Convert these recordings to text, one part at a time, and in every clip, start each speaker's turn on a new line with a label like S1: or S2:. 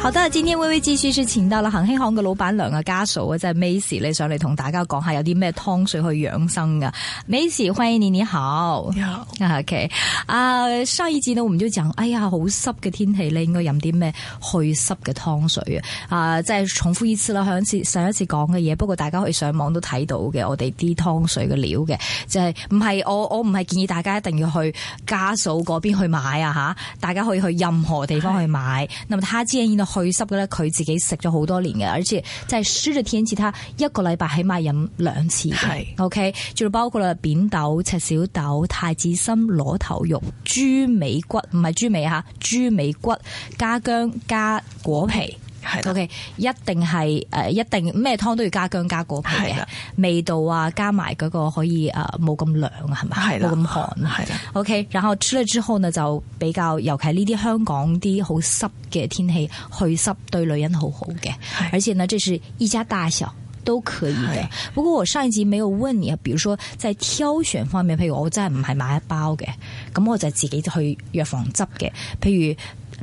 S1: 好的，今天微微繼續是請到了恒興行嘅老闆娘嘅家嫂啊，即係 Macy 你上嚟同大家講下有啲咩湯水去養生噶。Macy 歡迎你，你好。
S2: 你好，
S1: OK，啊、上一節呢，我們就講，哎呀，好濕嘅天氣咧，應該飲啲咩去濕嘅湯水啊？啊、即係重複一次啦，上一次上一次講嘅嘢，不過大家可以上網都睇到嘅，我哋啲湯水嘅料嘅，就係唔係我我唔係建議大家一定要去家嫂嗰邊去買啊吓，大家可以去任何地方去買。那麼他建議呢去濕嘅咧，佢自己食咗好多年嘅，而且在濕嘅天氣，他一個禮拜起碼飲兩次嘅
S2: 係。
S1: OK，仲有包括啦扁豆、赤小豆、太子參、螺頭肉、豬尾骨，唔係豬尾吓，豬尾骨加薑加果皮。
S2: 係啦
S1: O、k 一定係誒、呃一定咩湯都要加薑加果皮
S2: 係
S1: 嘅
S2: 啦
S1: 味道啊，加埋嗰個可以誒冇咁涼啊，係咪？
S2: 係
S1: 冇
S2: 啦，
S1: 咁寒啊。
S2: 係啦，
S1: OK，然後出咗之後呢，就比較，尤其呢啲香港啲好濕嘅天氣，去濕對女人好好嘅。
S2: 係
S1: 而且呢，這是一家大小都可以嘅
S2: 係。
S1: 不過我上一集沒有問你啊，比如說在挑選方面，譬如我真係唔係買一包嘅，咁我就自己去藥房執嘅。譬如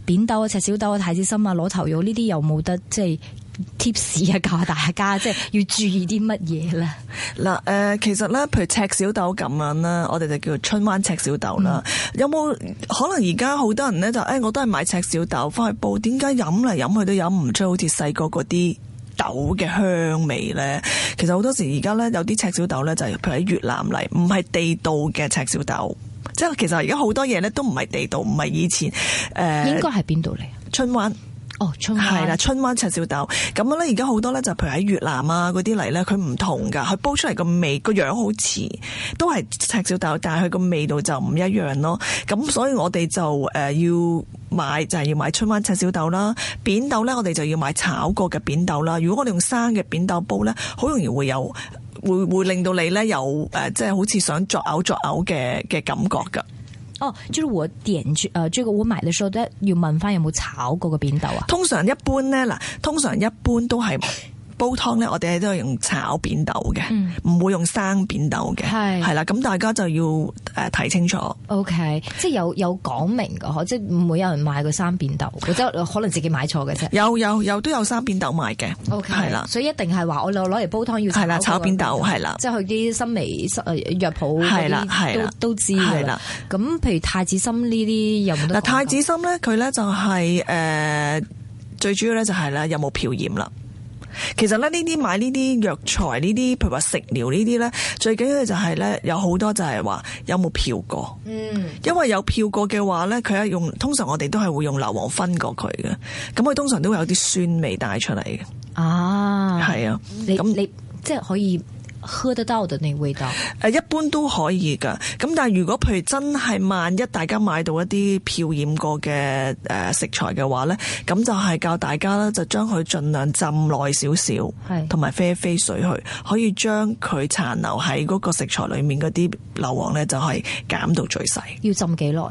S1: 扁豆啊、赤小豆啊、太子參啊、螺頭肉呢啲，有冇得即係 tips 啊？教下大家即係要注意啲乜嘢咧？
S2: 嗱，誒，其實咧，譬如赤小豆咁樣啦，我哋就叫春灣赤小豆啦。有冇可能而家好多人咧就，誒，我都係買赤小豆翻去煲，點解飲嚟飲去都飲唔出好似細個嗰啲？豆嘅香味咧，其實好多時而家咧有啲赤小豆咧就係譬如喺越南嚟，唔係地道嘅赤小豆，即係其實而家好多嘢咧都唔係地道，唔係以前誒、呃
S1: 應該係邊度嚟啊？
S2: 春灣。
S1: 哦，春瓜
S2: 係啦，春灣赤小豆咁樣咧，而家好多咧就譬如喺越南啊嗰啲嚟咧，佢唔同噶，佢煲出嚟個味個樣好似都係赤小豆，但係佢個味道就唔一樣咯。咁所以我哋就誒、呃要買就係、要買春灣赤小豆啦，扁豆咧我哋就要買炒過嘅扁豆啦。如果我哋用生嘅扁豆煲咧，好容易會有。會會令到你咧有誒、呃即係好似想作嘔作嘔嘅嘅感覺㗎。
S1: 哦，就是我點住呃，這個我買嘅時候都要問翻有冇炒過個扁豆啊？
S2: 通常一般咧，嗱，通常一般都係煲湯咧，我哋都係用炒扁豆嘅，唔、會用生扁豆嘅，
S1: 嗯係
S2: 係啦。咁大家就要誒睇、清楚，
S1: OK，即係有有講明嘅，即係唔會有人買個生扁豆，或者可能自己買錯嘅啫。
S2: 有有有都有生扁豆賣嘅，
S1: OK，
S2: 係啦
S1: 所以一定係話我攞攞嚟煲湯要
S2: 係啦，炒扁
S1: 扁
S2: 豆係啦。
S1: 即係去啲新美新呃藥鋪
S2: 係
S1: 嗰
S2: 啦係
S1: 啲
S2: 啦
S1: 都都知㗎
S2: 係
S1: 啦
S2: 啦。
S1: 咁譬如太子參呢啲有冇得講㗎？
S2: 嗱，太子參咧，佢咧就係、呃最主要咧就係咧有冇漂染啦。其實咧呢啲買呢啲藥材呢啲，譬如話食療呢啲咧，最緊要就係咧有好多就係話有冇漂過。
S1: 嗯
S2: 因為有漂過嘅話咧，佢係用通常我哋都係會用硫磺分過佢嘅，咁佢通常都會有啲酸味帶出嚟嘅，
S1: 啊，
S2: 嗯係啊，
S1: 你
S2: 咁
S1: 你即係可以喝得到嘅那個味道。
S2: 呃誒一般都可以噶。咁但係如果譬如真係萬一大家買到一啲漂染過嘅誒食材嘅話咧，咁就係教大家咧就將佢盡量浸耐少少
S1: 係，
S2: 同埋啡一啡水去，可以將佢殘留喺嗰個食材裡面嗰啲硫磺咧就係減到最細。
S1: 要浸幾耐？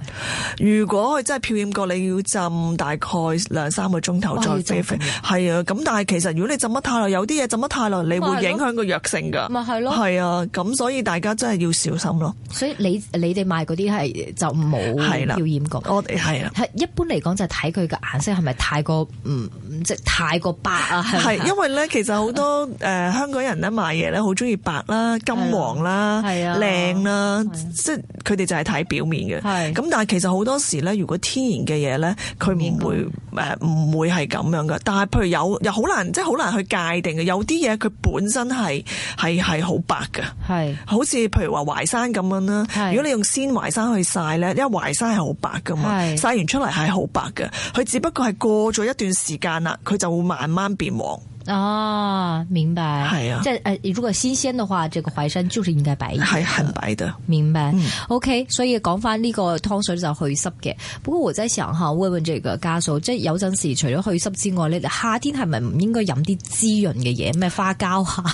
S2: 如果佢真係漂染過，你要浸大概兩三個鐘頭
S1: 哇哦要
S2: 再
S1: 浸
S2: 飛飛，
S1: 咁耐
S2: 係啊。咁但係其實如果你浸得太耐，有啲嘢浸得太耐，你
S1: 咪係
S2: 會
S1: 咯
S2: 影響個藥性㗎。
S1: 咪係咯
S2: 係啊。咁所以大家真係要小心咯。
S1: 所以你你哋賣嗰啲係就冇
S2: 係啦
S1: 漂染過。
S2: 我哋係啊。
S1: 係一般嚟講就係睇佢嘅顏色係咪太過唔即係太過白啊？係
S2: 係，
S1: 咪
S2: 因為咧，其實好 多誒、呃香港人咧買嘢咧，好中意白啦、金黃啦、
S1: 係啊
S2: 靚啦
S1: 係啊，
S2: 即係佢哋就係睇表面
S1: 係
S2: 嘅。咁但係其實好多時咧，如果天然嘅嘢咧，佢
S1: 應
S2: 唔
S1: 該
S2: 會誒唔會係咁樣嘅。但係譬如有又好難，即係好難去界定嘅。有啲嘢佢本身係係係好白嘅。
S1: 係
S2: 好似譬如話淮山咁樣啦
S1: 係，
S2: 如果你用鮮淮山去曬咧，因為淮山係好白噶嘛，
S1: 係
S2: 曬完出嚟係好白嘅，佢只不過係過咗一段時間啦，佢就會慢慢變黃。
S1: 啊，明白。
S2: 係啊
S1: 即係誒，如果新鮮嘅話，這個淮山就是應該白一點。
S2: 係很白的。
S1: 明白、o
S2: 嗯
S1: k 所以講翻呢個湯水就去濕嘅。不過我真係想嚇問問這個家嫂，即係有陣時除咗去濕之外咧，夏天係咪唔應該飲啲滋潤嘅嘢？咩花膠 啊、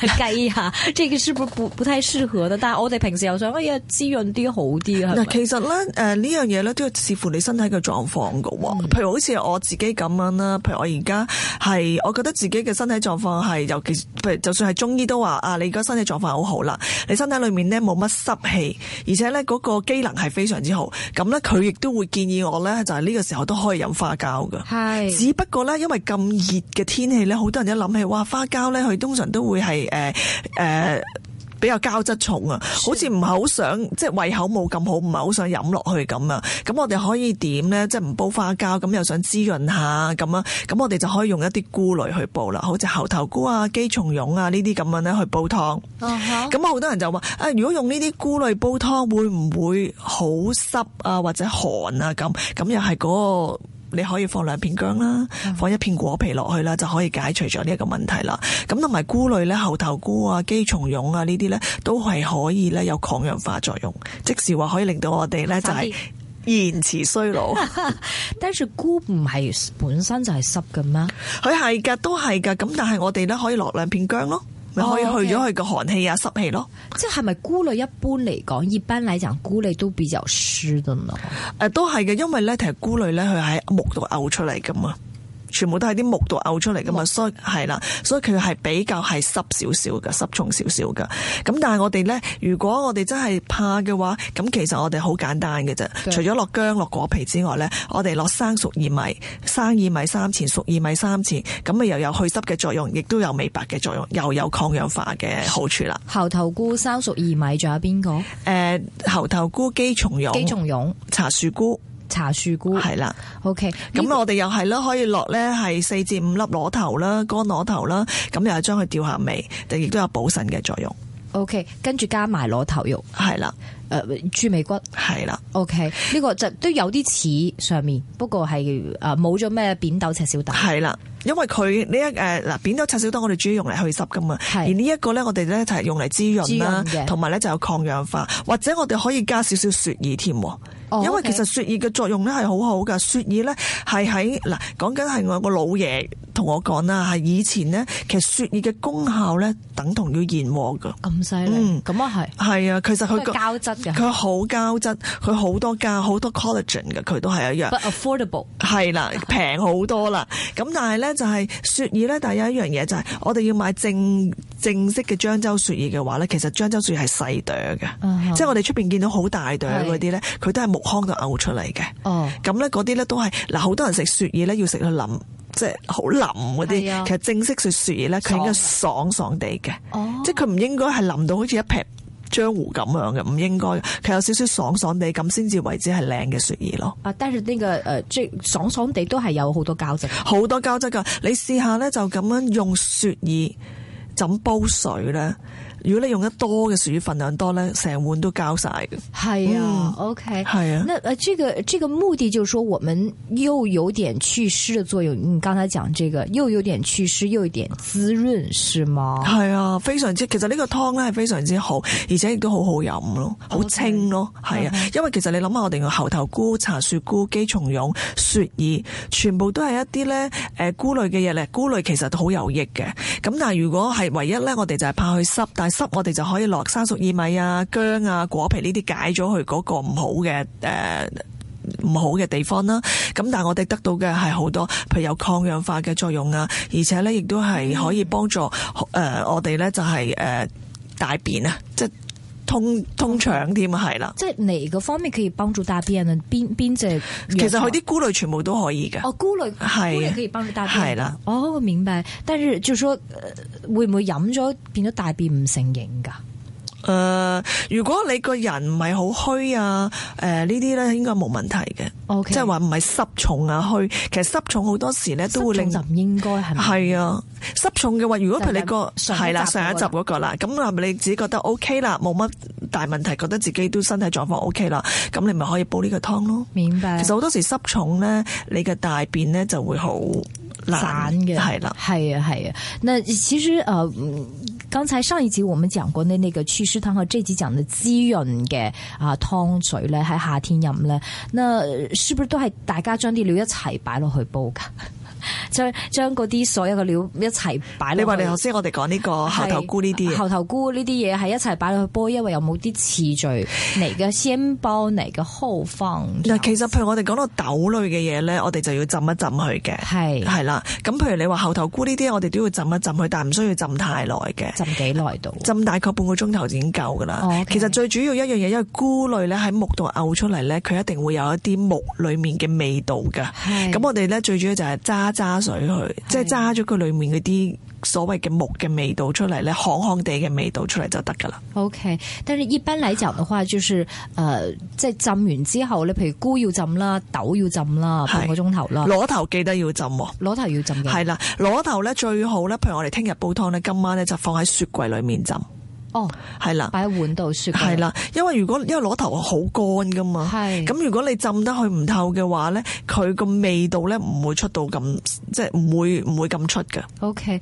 S1: 雞啊，即係是不是不不太適合的？但係我哋平時又想哎呀滋潤啲好啲啊，係咪
S2: 嗱，其實咧，誒、呢樣嘢咧都要視乎嗯你身體嘅狀況噶喎。譬如好似我自己咁樣啦，譬如我而家係，我覺得自己嘅身體狀況係，尤其是譬如就算係中醫都話啊，你而家身體狀況好好啦，你身體裏面咧冇乜濕氣，而且咧嗰個機能係非常之好，咁咧佢亦都會建議我咧就係呢個時候都可以飲花膠噶。
S1: 係
S2: 只不過咧，因為咁熱嘅天氣咧，好多人一諗起哇花膠咧，佢通常都會係誒誒比較膠質重啊，好似唔係好想即係胃口冇咁好，唔係好想飲落去咁啊。咁我哋可以點咧？即係唔煲花膠，咁又想滋潤下咁啊。咁我哋就可以用一啲菇類去煲啦，好似猴頭菇啊、姬松茸啊呢啲咁樣咧去煲湯。
S1: 啊哦
S2: 咁好多人就話啊，如果用呢啲菇類煲湯，會唔會好濕啊，或者寒啊咁？咁又係嗰個。你可以放兩片薑啦，
S1: 嗯
S2: 放一片果皮落去啦，就可以解除咗呢一個問題啦。咁同埋菇類咧，猴頭菇啊、姬松茸啊呢啲咧，都係可以咧有抗氧化作用，即是話可以令到我哋咧就係延遲衰 老。
S1: 但是菇唔係本身就係濕嘅咩？
S2: 佢係㗎，都係㗎。咁但係我哋咧可以落兩片薑咯，咪可以
S1: 哦
S2: 去咗
S1: OK
S2: 佢嘅寒氣啊、濕氣咯。
S1: 即係咪菇類一般嚟講，一般嚟講菇類都比較濕的 呢？
S2: 誒、呃都係嘅，因為咧，其實菇類咧，佢喺木度漚出嚟噶嘛，全部都係啲木度漚出嚟噶嘛，所以係啦，所以佢係比較係濕少少嘅，濕重少少嘅。咁但係我哋咧，如果我哋真係怕嘅話，咁其實我哋好簡單嘅啫，
S1: 對
S2: 除咗落薑、落果皮之外咧，我哋落生熟薏米，生薏米三錢，熟薏米三錢，咁咪又有去濕嘅作用，亦都有美白嘅作用，又有抗氧化嘅好處啦。
S1: 猴頭菇、生熟薏米，仲有邊個？
S2: 誒、猴頭菇、姬松茸、
S1: 姬松茸、
S2: 茶樹菇，
S1: 茶樹菇。
S2: 係啦。
S1: OK，
S2: 咁我哋又係啦，可以落咧係四至五粒螺頭啦，乾螺頭啦，咁又係將佢調下味，亦都有補腎嘅作用，
S1: OK，跟住加埋螺頭肉、
S2: 係啦，
S1: 誒豬尾骨。
S2: 係啦。
S1: OK，呢個就都有啲似上面，不過係誒冇咗咩扁豆、赤小豆。
S2: 係啦，因為佢呢一誒嗱扁豆赤小豆，我哋主要用嚟去濕噶嘛，
S1: 係
S2: 而呢一個咧，我哋咧就係用嚟滋
S1: 滋
S2: 潤啦
S1: 潤嘅，
S2: 同埋咧就有抗氧化，或者我哋可以加少少雪耳添喎。
S1: 哦
S2: 因為
S1: OK
S2: 其實雪耳嘅作用咧係好好㗎，雪耳咧係喺嗱講緊係我個老爺同我講啦，係以前咧其實雪耳嘅功效咧等同於燕窩㗎。
S1: 咁犀利，
S2: 嗯
S1: 咁啊係，
S2: 係啊，其實佢
S1: 都
S2: 個
S1: 係膠質嘅，
S2: 佢好膠質，佢好多膠，好多 collagen 嘅，佢都係一樣
S1: 不。affordable。
S2: 係啦，平好多啦。咁但係咧就係、雪耳咧，但係有一樣嘢就係、我哋要買正正式嘅漳州雪耳嘅話咧，其實漳州雪耳係細朵嘅
S1: 嗯哼
S2: 即係我哋出邊見到好大朵嗰啲咧，佢都係木糠度漚出嚟嘅。
S1: 哦，
S2: 咁咧嗰啲咧都係嗱，好多人食雪耳咧要食佢腍，即係好腍嗰
S1: 係啊
S2: 啲。其實正式食雪耳咧，佢應該爽爽地嘅，
S1: 哦
S2: 即係佢唔應該係腍到好似一劈漿糊咁樣嘅，唔應該嘅。佢有少少爽爽地咁先至為之係靚嘅雪耳咯。
S1: 啊，但是呢個誒，即係爽爽地都係有好多膠質。
S2: 好多膠質㗎，你試下咧就咁樣用雪耳就咁煲水咧。如果你用得多嘅雪耳份量多咧，成碗都膠晒嘅。
S1: 係啊
S2: 嗯
S1: ，OK，
S2: 係啊
S1: 那呃，这个这个目的就是说，我们又有点祛湿的作用。你刚才讲这个，又有点祛湿，又有点滋润，是吗？
S2: 係啊，非常之，其實呢個湯咧係非常之好，而且亦都好好飲咯，好
S1: OK
S2: 清咯，係啊。因為其實你諗下，我哋用猴頭菇、茶樹菇、姬松茸、雪耳，全部都係一啲咧誒菇類嘅嘢咧。菇類其實都好有益嘅。咁但係如果係唯一咧，我哋就係怕佢濕，但係濕我哋就可以落生熟薏米啊、薑啊、果皮呢啲解咗佢嗰個唔好嘅誒。呃唔好嘅地方啦，咁但係我哋得到嘅係好多，譬如有抗氧化嘅作用啊，而且咧亦都係可以幫助誒、呃我哋咧就係、呃大便啊，即係通通腸添啊，係啦。
S1: 即係哪個方面可以幫助大便呢？邊邊隻？
S2: 其實佢啲菇類全部都可以嘅。
S1: 哦，菇類
S2: 係
S1: 菇類可以幫助大便。
S2: 係啦。
S1: 哦，明白。但是就說，呃會唔會飲咗變咗大便唔成形㗎？
S2: 誒、呃如果你個人唔係好虛啊，誒呢啲咧應該冇問題嘅。
S1: OK
S2: 即係話唔係濕重啊虛，其實濕重好多時咧都會令
S1: 濕重就唔應該係咪？
S2: 係啊，濕重嘅話，如果譬如你個
S1: 就係上一集
S2: 係啦上一集
S1: 嗰個
S2: 嗰個啦，咁係咪你自己覺得 O K 啦，冇乜大問題，覺得自己都身體狀況 O K 啦，咁你咪可以煲呢個湯咯。
S1: 明白。
S2: 其實好多時濕重咧，你嘅大便咧就會好爛
S1: 散嘅，
S2: 係啦。
S1: 系啊，系啊。那其实呃，嗯刚才上一集我们讲过的那个祛湿汤和这集讲的滋润嘅啊汤水咧，喺夏天饮咧，那呃是不是都系大家将啲料一齐摆落去煲噶？ 將將嗰啲所有嘅料一齊擺
S2: 你
S1: 落
S2: 話
S1: 去。
S2: 你頭先我哋講呢個猴頭菇呢啲
S1: 係
S2: 嘢，
S1: 猴頭菇呢啲嘢係一齊擺落去煲，因為有冇啲次序 嚟嘅，先煲嚟嘅後放。
S2: 嗱，其實譬如我哋講到豆類嘅嘢咧，我哋就要浸一浸佢嘅，
S1: 係
S2: 係啦。咁譬如你話猴頭菇呢啲，我哋都要浸一浸佢，但唔需要浸太耐嘅。
S1: 浸幾耐到？
S2: 浸大概半個鐘頭已經夠噶啦。
S1: 哦，OK
S2: 其實最主要一樣嘢，因為菇類咧喺木度漚出嚟咧，佢一定會有一啲木裡面嘅味道噶。
S1: 係
S2: 咁我哋咧最主要就係揸揸水佢，即係揸咗佢裡面嗰啲所謂嘅木嘅味道出嚟咧，香香地嘅味道出嚟就得噶啦。
S1: OK，但係一般嚟講嘅話，就是誒、呃即係浸完之後咧，譬如菇要浸啦，豆要浸啦，
S2: 係
S1: 半個鐘頭啦，
S2: 螺頭記得要浸喎。
S1: 攞頭要浸嘅。
S2: 係啦，螺頭咧最好咧，譬如我哋聽日煲湯咧，今晚咧就放喺雪櫃裏面浸，
S1: 哦，
S2: 係啦。
S1: 擺喺碗度雪櫃。
S2: 係啦，因為如果因為螺頭好乾噶嘛，
S1: 係
S2: 咁如果你浸得佢唔透嘅話咧，佢個味道咧唔會出到咁，即係唔會唔會咁出嘅，
S1: ，OK，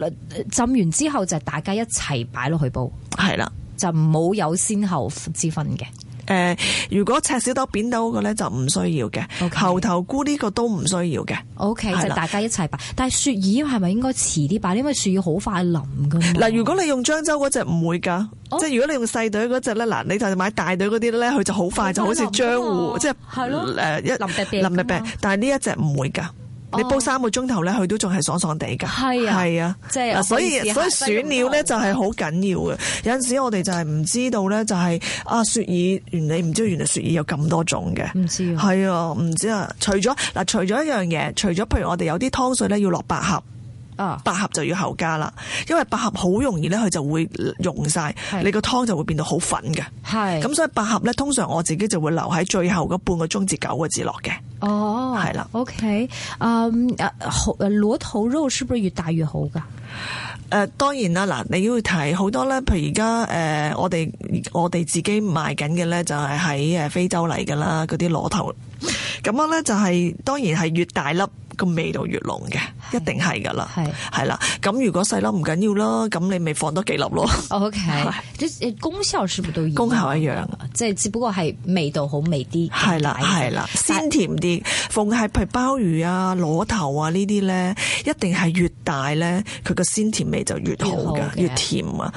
S1: 呃浸完之後就大家一齊擺落去煲，
S2: 係啦。
S1: 就唔好有先後之分嘅。
S2: 誒、如果赤小豆、扁豆嗰個咧就唔需要嘅
S1: OK 哦
S2: 猴頭菇呢個都唔需要嘅。
S1: OK，
S2: 係啦
S1: 就大家一齊擺。但係雪耳係咪應該遲啲擺？因為雪耳好快淋㗎嘛。
S2: 嗱，如果你用漳州嗰只唔會㗎，
S1: 哦
S2: 即係如果你用細隊嗰只咧，嗱你就買大隊嗰啲咧，佢就好
S1: 哦
S2: 快就好似漿糊，即係
S1: 啊係咯
S2: 誒一
S1: 淋滴滴
S2: 淋滴
S1: 㗎
S2: 滴
S1: 嘛，
S2: 但係呢一隻唔會㗎。
S1: 啊哦
S2: 你煲三個鐘頭咧，佢都仲係爽爽地㗎。
S1: 係啊
S2: 係啊，
S1: 即係
S2: 嗱所
S1: 可以
S2: 以
S1: 試
S2: 所以
S1: 下
S2: 選料咧就係好緊要嘅。有陣時我哋就係唔知道咧，就係啊雪耳，原來唔知道原來雪耳有咁多種嘅。
S1: 唔知啊
S2: 係啊，唔知啊。除咗嗱，除咗一樣嘢，除咗譬如我哋有啲湯水咧要落百合。
S1: 啊，
S2: 百合就要後加啦，因為百合好容易咧，佢就會溶晒
S1: 係，
S2: 你個湯就會變到好粉嘅。
S1: 係
S2: 咁所以百合咧，通常我自己就會留喺最後嗰半個鐘至九個字落嘅。
S1: 哦，
S2: 係啦
S1: ，OK，嗯，啊好，誒螺頭肉是不是越大越好噶？
S2: 誒、呃當然啦，嗱，你要睇好多咧，譬如而家呃誒我哋我哋自己賣緊嘅咧，就係喺誒非洲嚟㗎啦，嗰啲螺頭。咁樣咧就係、當然係越大粒個味道越濃嘅，
S1: 係
S2: 一定係㗎啦，
S1: 係
S2: 係啦。咁如果細粒唔緊要啦，咁你咪放多幾粒咯。
S1: OK，
S2: 係
S1: 即係功效是不是都一樣
S2: 功效一樣，
S1: 即係只不過係味道好味啲。
S2: 係啦，係啦，鮮甜啲。逢係譬如鮑魚啊、螺頭啊呢啲咧，一定係越大咧，佢個鮮甜味就越好
S1: 越好嘅
S2: 嘅，越甜啊。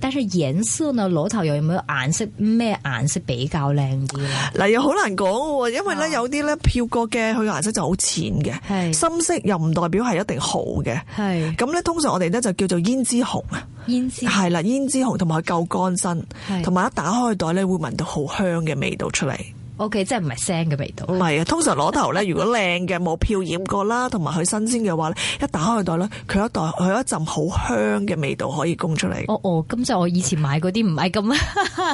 S1: 但係顏色呢？螺頭又有冇顏色？咩顏色比較靚啲咧？
S2: 嗱，又好難講喎，因為
S1: 啊
S2: 咧有啲咧漂過嘅，佢顏色就好淺
S1: 係嗯
S2: 嘅，深色又唔代表係一定好嘅。
S1: 係
S2: 咁咧，通常我哋咧就叫做胭脂紅啊，
S1: 胭脂
S2: 係啦，胭脂紅同埋佢夠乾
S1: 係
S2: 身，同埋一打開袋咧會聞到好香嘅味道出嚟。
S1: ，OK，即係唔係腥嘅味道
S2: 唔。係啊，通常螺 頭咧，如果靚嘅冇漂染過啦，同埋佢新鮮嘅話咧，一打開袋咧，佢有一袋佢有一陣好香嘅味道可以供出嚟。
S1: 哦哦，咁就我以前買嗰啲唔係咁，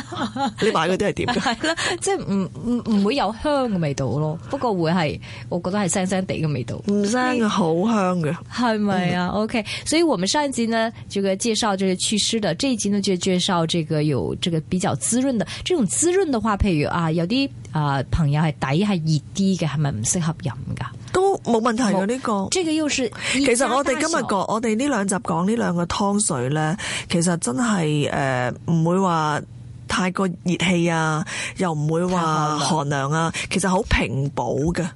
S2: 你買嗰啲係點嘅？
S1: 係啦，即係唔唔唔會有香嘅味道咯。不過會係，我覺得係腥腥地嘅味道。
S2: 唔腥
S1: 啊
S2: 嘅，好香嘅。
S1: 系咪啊？OK，所以
S2: 嗯
S1: 我们上一集呢，这个介绍这个祛湿的，这一集呢就介绍这个有这个呃比较滋润的。这种滋润的话，譬如啊，有啲啊、朋友係底係熱啲嘅，係咪唔適合飲噶？
S2: 都冇問題
S1: 冇
S2: 嘅呢個。
S1: 这個又是
S2: 其實我哋今日
S1: 講
S2: 講，我哋呢兩集講呢兩個湯水咧，其實真係誒唔會話太過熱氣啊，又唔會話
S1: 太寒
S2: 寒涼啊，其實好平補嘅，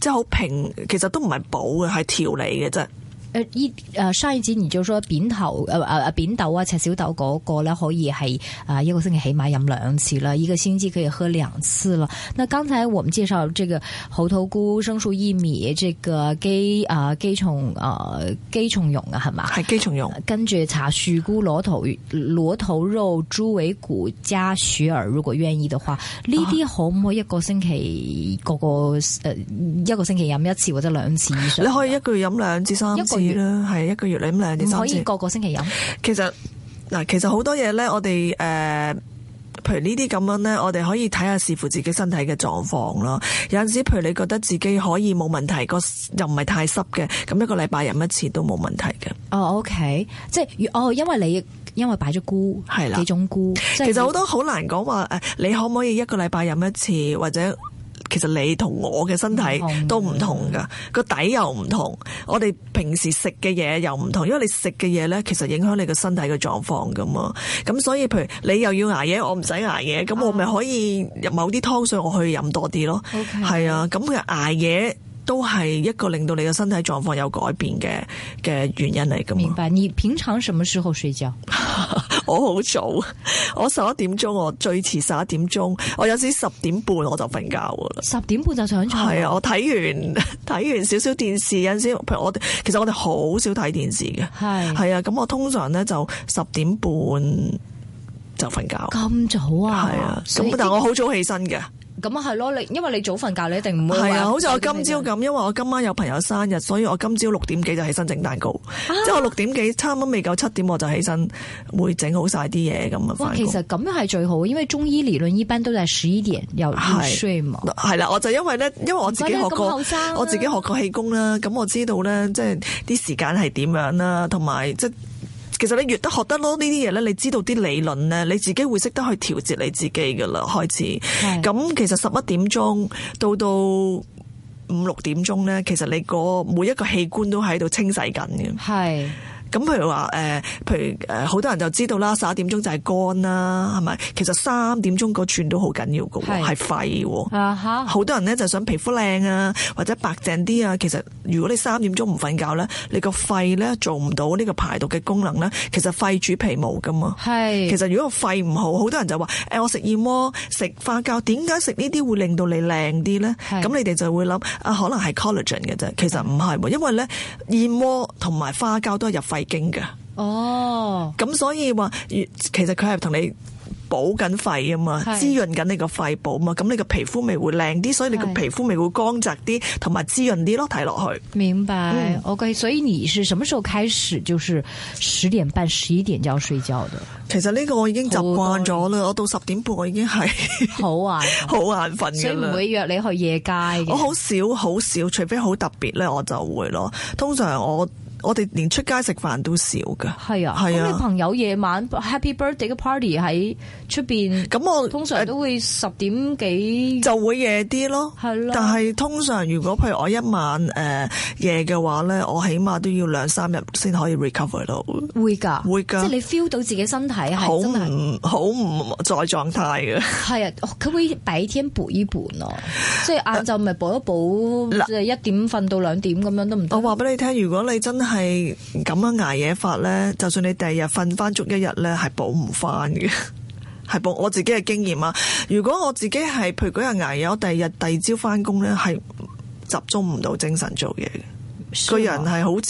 S2: 即係好平，其實都唔係補嘅，係調理嘅啫。
S1: 誒呃依誒上一集你就說扁頭誒誒誒扁豆啊、赤小豆嗰個咧，可以係啊一個星期起碼飲兩次啦，一個星期可以喝兩次啦。那剛才我們介紹這個猴頭菇、生熟薏米、這個雞啊、雞蟲啊、雞蟲蓉啊，係嘛？
S2: 係肌蟲用。
S1: 跟住茶樹菇、螺頭、螺頭肉、豬尾骨加雪耳，如果願意嘅話，呢啲可唔可以一個星期個個誒、呃一個星期飲一次或者兩次以上？
S2: 你可以一個月飲兩至三
S1: 一
S2: 次
S1: 個月
S2: 啦，係一個月你飲兩至
S1: 唔可
S2: 三
S1: 以
S2: 次。
S1: 個個星期飲。
S2: 其實嗱，其實好多嘢咧，我哋誒。呃譬如呢啲咁樣咧，我哋可以睇下視乎自己身體嘅狀況咯。有陣時，譬如你覺得自己可以冇問題，個又唔係太濕嘅，咁一個禮拜飲一次都冇問題嘅。
S1: 哦，OK，即係哦，因為你因為擺咗菇，
S2: 係啦
S1: 幾種菇，即係
S2: 其實好多好難講話誒，你可唔可以一個禮拜飲一次，或者其實你同我嘅身體
S1: 唔同
S2: 都唔同噶，個底又唔同，我哋平時食嘅嘢又唔同，因為你食嘅嘢咧，其實影響你個身體嘅狀況噶嘛。咁所以譬如你又要捱夜，我唔使捱夜，
S1: 哦
S2: 咁我咪可以入某啲湯水我去飲多啲咯。
S1: OK
S2: 係啊，咁佢捱夜。都係一個令到你嘅身體狀況有改變嘅嘅原因嚟噶嘛
S1: 明。白。你平常什麼時候睡覺？
S2: 我好早，我十一點鐘，我最遲十一點鐘，我有時十點半我就瞓覺噶啦。
S1: 十點半就上床。
S2: 係啊，我睇完 睇完少少電視，有陣時譬如我哋，其實我哋好少睇電視嘅。
S1: 係
S2: 係啊，咁我通常咧就十點半就瞓覺。
S1: 咁早啊？
S2: 係啊，
S1: 所以
S2: 咁但我好早起身嘅。
S1: 咁啊係咯，你因為你早瞓覺，你一定唔會
S2: 係
S1: 話
S2: 啊，好似我今
S1: 九
S2: 朝
S1: 點
S2: 咁，因為我今晚有朋友生日，所以我今朝六點幾就起身整蛋糕，即係我六點幾差唔多未夠七點我就起身，會整好晒啲嘢咁啊。
S1: 哇，
S2: 返
S1: 其
S2: 工
S1: 實咁樣係最好，因為中醫理論一般都係十一點要入
S2: 係
S1: 睡嘛。
S2: 係啦，我就因為咧，因為我自己學
S1: 唔怪得你咁
S2: 過
S1: 後生啦，啊
S2: 我自己學過氣功啦，咁我知道咧，即係啲時間係點樣啦，同埋即係其實你越得學得多呢啲嘢咧，你知道啲理論咧，你自己會識得去調節你自己噶啦，開始。
S1: 係
S2: 咁其實十一點鐘到到五六點鐘咧，其實你個每一個器官都喺度清洗緊嘅。
S1: 係
S2: 咁譬如話誒、呃譬如誒，好、多人就知道啦，十一點鐘就係肝啦，係咪？其實三點鐘嗰轉都好緊要嘅
S1: 係
S2: 喎，係肺喎。
S1: 啊哈，
S2: 好多人咧就想皮膚靚啊，或者白淨啲啊。其實如果你三點鐘唔瞓覺咧，你個肺咧做唔到呢個排毒嘅功能咧，其實肺主皮毛噶嘛。
S1: 係
S2: 其實如果個肺唔好，好多人就話：誒、我食燕窩、食花膠，點解食呢啲會令到你靚啲咧？
S1: 係
S2: 咁你哋就會諗啊，可能係 collagen 嘅啫。其實唔係喎，因為咧燕窩同埋花膠都係入肺經嘅。
S1: 哦，
S2: 咁所以話，越其實佢係同你補緊肺啊嘛，
S1: 係
S2: 滋潤緊你個肺部啊嘛，咁你個皮膚咪會靚啲，所以你個
S1: 係
S2: 皮膚咪會光澤啲，同埋滋潤啲咯，睇落去。
S1: 明白。
S2: 嗯
S1: OK，所以你是什麼時候開始就是十點半、十一點就要睡覺的？
S2: 其實呢個我已經習慣咗啦，我到十點半我已經係
S1: 好啊，
S2: 好眼瞓
S1: 所以
S2: 㗎
S1: 唔
S2: 啦。
S1: 會約你去夜街嘅。
S2: 我好少好少，除非好特別咧，我就會咯。通常我我哋連出街食飯都少㗎。
S1: 係啊，
S2: 係
S1: 咁
S2: 啊
S1: 你朋友夜晚 Happy Birthday 嘅 party 喺出邊，
S2: 咁我
S1: 通常都會十點幾。
S2: 就會夜啲咯，
S1: 係咯
S2: 但係通常如果譬如我一晚誒、呃夜嘅話咧，我起碼都要兩三日先可以 recover 到，
S1: 會㗎，
S2: 會
S1: 即係
S2: 㗎
S1: 你 feel 到自己身體
S2: 好
S1: 係真係
S2: 唔好唔在狀 態嘅。
S1: 係啊，哦佢會白天補一補咯，即係晏晝咪補一補，
S2: 嗱哦
S1: 即係一點瞓到兩點咁樣都唔
S2: 我
S1: 得。
S2: 話俾你聽，如果你真係咁樣捱夜法咧，就算你第二日瞓翻足一日咧，係補唔翻嘅。 係補我自己嘅經驗啊！如果我自己係譬如嗰日捱夜，我第二日第二朝翻工咧，係集中唔到精神做嘢嘅，個人係好似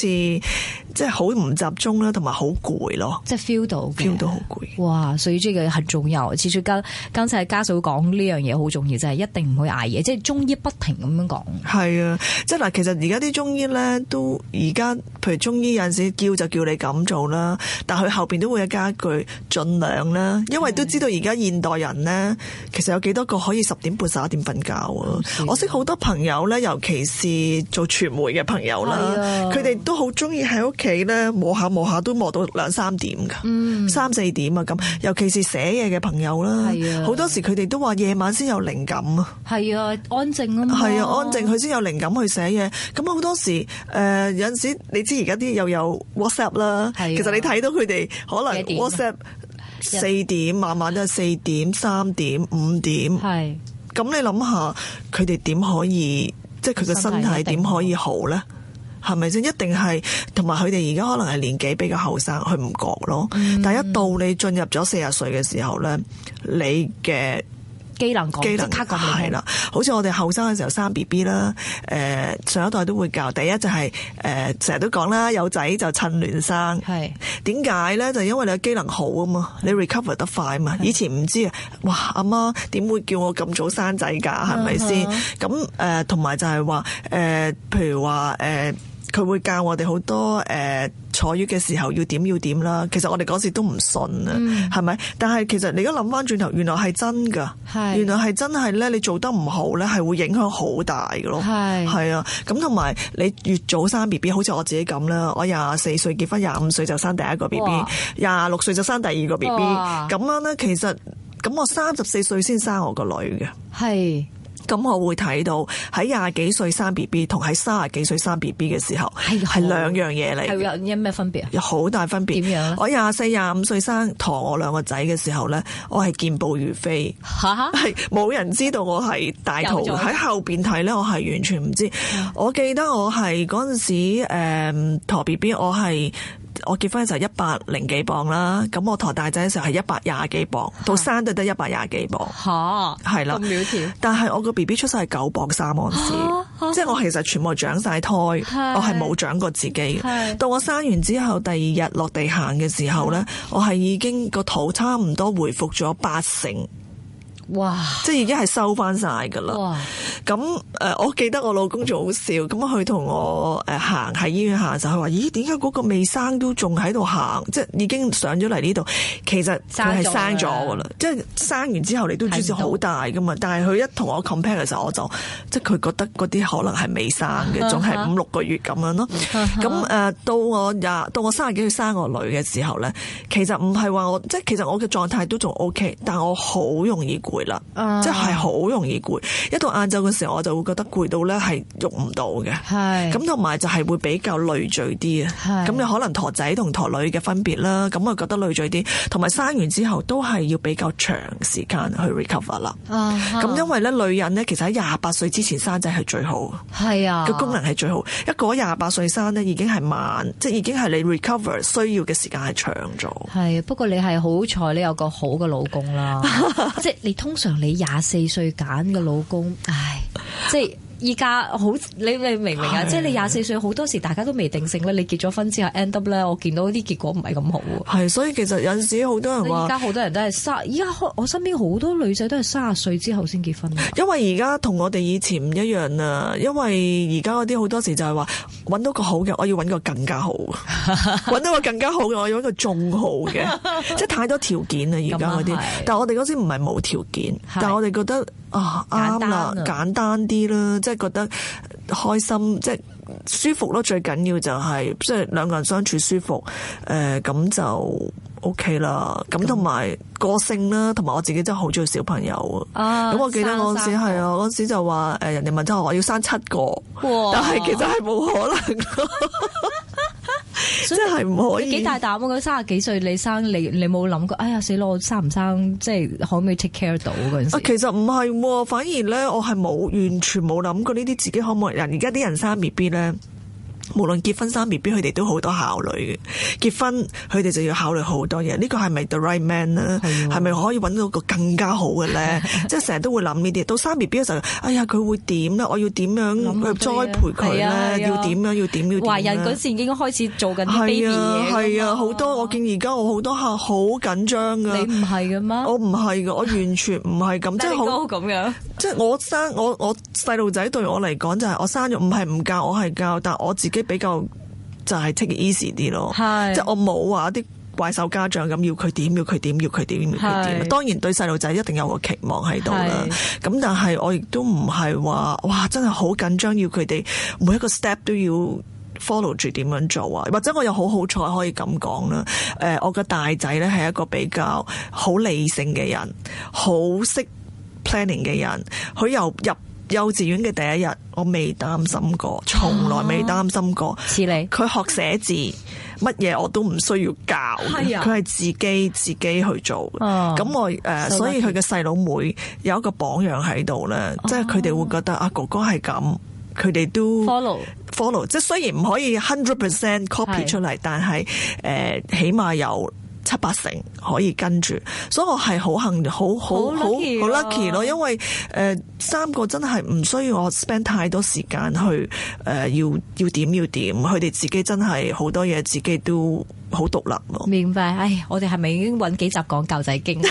S2: 即係好唔集中啦，同埋好攰咯。
S1: 即係 feel 到嘅
S2: feel 到好攰。
S1: 哇，所以呢個很重要。其實剛剛才家嫂講呢樣嘢好重要，就係、一定唔去捱夜，即係中醫不停咁樣講。
S2: 係啊，即係嗱，其實而家啲中醫咧都而家，譬如中醫有陣時叫就叫你咁做啦，但佢後邊都會有加一句盡量啦，因為都知道而家現代人咧，其實有幾多個可以十點半十一點瞓覺啊
S1: 少！
S2: 我識好多朋友咧，尤其是做傳媒嘅朋友啦
S1: 係啊，
S2: 佢哋都好中意喺屋企咧磨下磨下都磨到兩三點㗎，
S1: 嗯
S2: 三四點啊咁，尤其是寫嘢嘅朋友啦
S1: 係啊，
S2: 好多時佢哋都話夜晚先有靈感啊。
S1: 係啊，安靜啊嘛。
S2: 係啊，安靜佢先有靈感去寫嘢。咁好多時誒、有陣時，你知而家啲又有 WhatsApp 啦，
S1: 係啊
S2: 其實你睇到佢哋可
S1: 幾
S2: 能
S1: 點啊
S2: WhatsApp 四點，慢慢都係四點、三點、五點。
S1: 係
S2: 咁你諗下，佢哋點可以即係佢嘅身
S1: 身體一
S2: 體
S1: 定
S2: 點可以好咧？係咪先？一定係同埋佢哋而家可能係年紀比較後生，佢唔覺咯。
S1: 嗯
S2: 但係一到你進入咗四十歲嘅時候咧，你嘅
S1: 機能講，
S2: 機
S1: 即
S2: 能
S1: 刻講你
S2: 係
S1: 聽。
S2: 啦，好似我哋後生嘅時候生 B B 啦，誒、上一代都會教，第一就係誒成日都講啦，有仔就趁亂生。
S1: 係
S2: 點解咧？就因為你嘅機能好啊嘛，你 recover 得快啊嘛。以前唔知啊，哇！阿媽點會叫我咁早生仔㗎？係咪先
S1: 嗯？
S2: 咁誒，呃同、埋就係話誒，譬如話誒。呃佢會教我哋好多誒、呃坐月嘅時候要點要點啦，其實我哋嗰時都唔信啊，
S1: 嗯
S2: 係咪、但係其實你而家諗翻轉頭，原來係真㗎，
S1: 係
S2: 原來係真係咧，你做得唔好咧，係會影響好大㗎咯，
S1: 係
S2: 係啊，咁同埋你越早生 B B，好似我自己咁啦，我廿四歲結婚，廿五歲就生第一個 B B，
S1: 哇
S2: 廿六歲就生第二個 B B，
S1: 哇
S2: 咁樣咧其實咁我三十四歲先生我個女嘅。
S1: 係
S2: 咁我會睇到喺廿幾歲生 B B 同喺三十幾歲生 B B 嘅時候
S1: 係
S2: 係兩樣嘢嚟嘅。
S1: 哎係有有咩分別啊？
S2: 有好大分
S1: 點
S2: 別。
S1: 樣呢
S2: 我廿四、廿五歲生堂我兩個仔嘅時候呢，我係健步如飛，
S1: 嚇
S2: 係冇人知道我係大肚
S1: 有咗嗯
S2: 嘅。喺後邊睇呢，我係完全唔知。我記得我係嗰陣時誒嗯陀 B B，我係。我結婚嘅時候一百零幾磅啦，咁我陀大仔嘅時候係一百廿幾磅，到生都得一百廿幾磅。
S1: 嚇，
S2: 係啦
S1: 咁苗條。
S2: 但係我個 B B 出世係九磅三盎司
S1: 啊，
S2: 即係我其實全部長晒胎，我係冇長過自己
S1: 係嗯
S2: 嘅。到我生完之後，第二日落地行嘅時候呢，我係已經個肚差唔多回復咗八成，
S1: 哇
S2: 即係已經係收翻晒㗎啦。
S1: 哇！
S2: 咁誒、呃我記得我老公仲好笑，咁佢同我誒行喺醫院行嘅時候，佢話：咦，點解嗰個未生都仲喺度行？即係已經上咗嚟呢度，其實佢係生咗㗎啦。即係生完之後，你都知
S1: 睇唔
S2: 道
S1: 到
S2: 好大㗎嘛。但係佢一同我 compare 嘅時候，我就即係佢覺得嗰啲可能係未生嘅，仲係五六個月咁樣咯。咁誒、呃到我廿到我三十幾歲生我女嘅時候咧，其實唔係話我即係其實我嘅狀態都仲 OK，但我好容易攰啦，
S1: 啊
S2: 即係好容易攰。一到晏晝嘅時候，我就會覺得攰到咧係喐唔到嘅。
S1: 係
S2: 咁同埋就係會比較累贅啲啊，
S1: 係
S2: 咁你可能陀仔同陀女嘅分別啦，咁我覺得累贅啲，同埋生完之後都係要比較長時間去 recover 啦。
S1: 啊哈
S2: 咁因為咧女人咧其實喺廿八歲之前生仔係最好。
S1: 係啊
S2: 個功能係最好。一過廿八歲生咧，已經係慢，即係已經係你 recover 需要嘅時間係長咗。
S1: 係，不過你係好彩，你有個好嘅老公 啦。即係你通常你廿四歲揀嘅老公，唉，即係依家好，你你明唔明啊？
S2: 係
S1: 即係你廿四歲好多時大家都未定性咧，你結咗婚之後 end up 咧，我見到啲結果唔係咁好喎。
S2: 係，所以其實有陣時好多人
S1: 依
S2: 話，
S1: 家好多人都係三，依家開我身邊好多女仔都係三十歲之後先結婚㗎。
S2: 因為而家同我哋以前唔一樣啦。因為而家嗰啲好多時就係話揾到個好嘅，我要揾個更 加好；揾到個更加好嘅，我要揾個仲好 嘅。即係太多條件啦，而家
S1: 咁
S2: 嗰啲
S1: 啊係。
S2: 但係我哋嗰時唔係冇條件，但係我哋覺得啊
S1: 簡單
S2: 啱
S1: 啊
S2: 啦，簡單啲啦，即係覺得開心，即係舒服咯。最緊要就係即係兩個人相處舒服，誒、咁就 OK 啦。咁同埋個性啦，同埋我自己真係好中意小朋友啊。
S1: 啊
S2: 咁我記得嗰陣時係啊，嗰陣時就話誒人哋問咗我要生七個，
S1: 哇
S2: 但係其實係冇可能咯， 即
S1: 所以
S2: 係唔可
S1: 你
S2: 以。
S1: 幾大膽啊！佢三十幾歲你生你，你冇諗過，哎呀死咯！我生唔生即係可唔可以 take care 到嗰陣
S2: 啊，
S1: 時？
S2: 其實唔係喎，反而咧，我係冇完全冇諗過呢啲自己可唔可以人。而家啲人生 B B 咧，無論結婚生 B B，佢哋都好多考慮嘅。結婚佢哋就要考慮好多嘢，呢個係咪 the right man 咧？
S1: 係喎
S2: 係咪可以揾到個更加好嘅 咧？即係成日都會諗呢啲。到生 B B 嘅時候，哎呀佢會點咧？我要點
S1: 諗好
S2: 樣去
S1: 多嘢
S2: 栽培佢
S1: 係啊係
S2: 咧？
S1: 啊
S2: 要點樣？要點？要點
S1: 懷孕
S2: 呢
S1: 嗰時已經開始做緊啲 baby 嘢
S2: 係啊
S1: 㗎嘛，
S2: 係啊，好多我見而家我好多客好緊張噶。
S1: 你唔係嘅咩？
S2: 我唔係噶，我完全唔係咁，即係好。
S1: 咁樣，
S2: 即係我生我我細路仔對我嚟講就係我生咗唔係唔教我係教，但我自己比較就係 take it easy 啲咯，
S1: 係
S2: 即係我冇話啲怪獸家長咁要佢點要佢點要佢點要佢
S1: 係
S2: 點。當然對細路仔一定有個期望喺度啦
S1: 係，
S2: 咁但係我亦都唔係話哇真係好緊張，要佢哋每一個 step 都要。follow 住點樣做啊？或者我又好好彩可以咁講啦。誒、我個大仔咧係一個比較好理性嘅人，好識 planning 嘅人，佢由入幼稚園嘅第一日，我未擔心過，從來未
S1: 啊
S2: 擔心過。
S1: 似你
S2: 佢學寫字，乜嘢我都唔需要教嘅，
S1: 係啊
S2: 佢係自己自己去做嘅。
S1: 哦
S2: 咁、我誒、呃
S1: So
S2: 所以佢嘅細佬妹有一個榜樣喺度咧，
S1: 哦
S2: 即係佢哋會覺得啊哥哥係咁，佢哋都
S1: follow
S2: follow，即係雖然唔可以 hundred percent
S1: 係
S2: copy 出嚟，但係誒、呃起碼有。七八成可以跟住，所以我係好幸好好好
S1: 好
S2: 好
S1: lucky 啊
S2: lucky 咯，因為誒、呃三個真係唔需要我 spend 太多時間去誒、呃要要點要點，佢哋自己真係好多嘢自己都好獨立咯。
S1: 明白。唉，我哋係咪已經揾幾集講教仔經啦？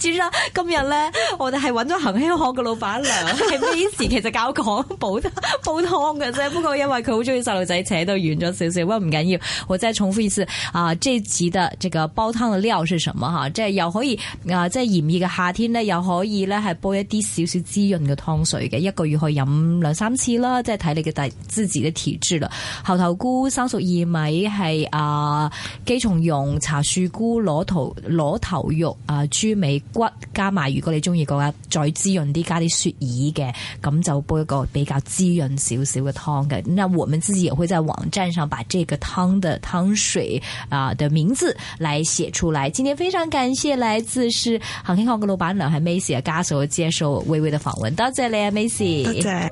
S1: 主啦，今日咧，我哋係揾咗恒興行嘅老闆娘，係 Miss，其實教講煲 煲湯嘅啫。不過因為佢好中意細路仔，扯到遠咗少少，不過唔緊要。我再重複一次啊，這一集的這個煲湯嘅料是什麼吓？即係又可以啊，即係炎熱嘅夏天咧，又可以咧係煲一啲少少滋潤嘅湯水嘅，一個月可以飲兩三次啦，即係睇你嘅大自己嘅體質啦。猴頭菇、生熟薏米係啊，雞松茸、茶樹菇、螺頭螺頭肉啊、豬尾。骨加埋，如果你中意嗰再滋潤啲，加啲雪耳嘅，咁就煲一個比較滋潤少少嘅湯嘅。那我們自己也會在網站上把這個湯的湯水啊的名字來寫出來。今天非常感謝來自是恒興行嘅老闆娘係 Macy 啊，家嫂接受微微的訪問，多謝你啊，Macy。
S2: 多謝。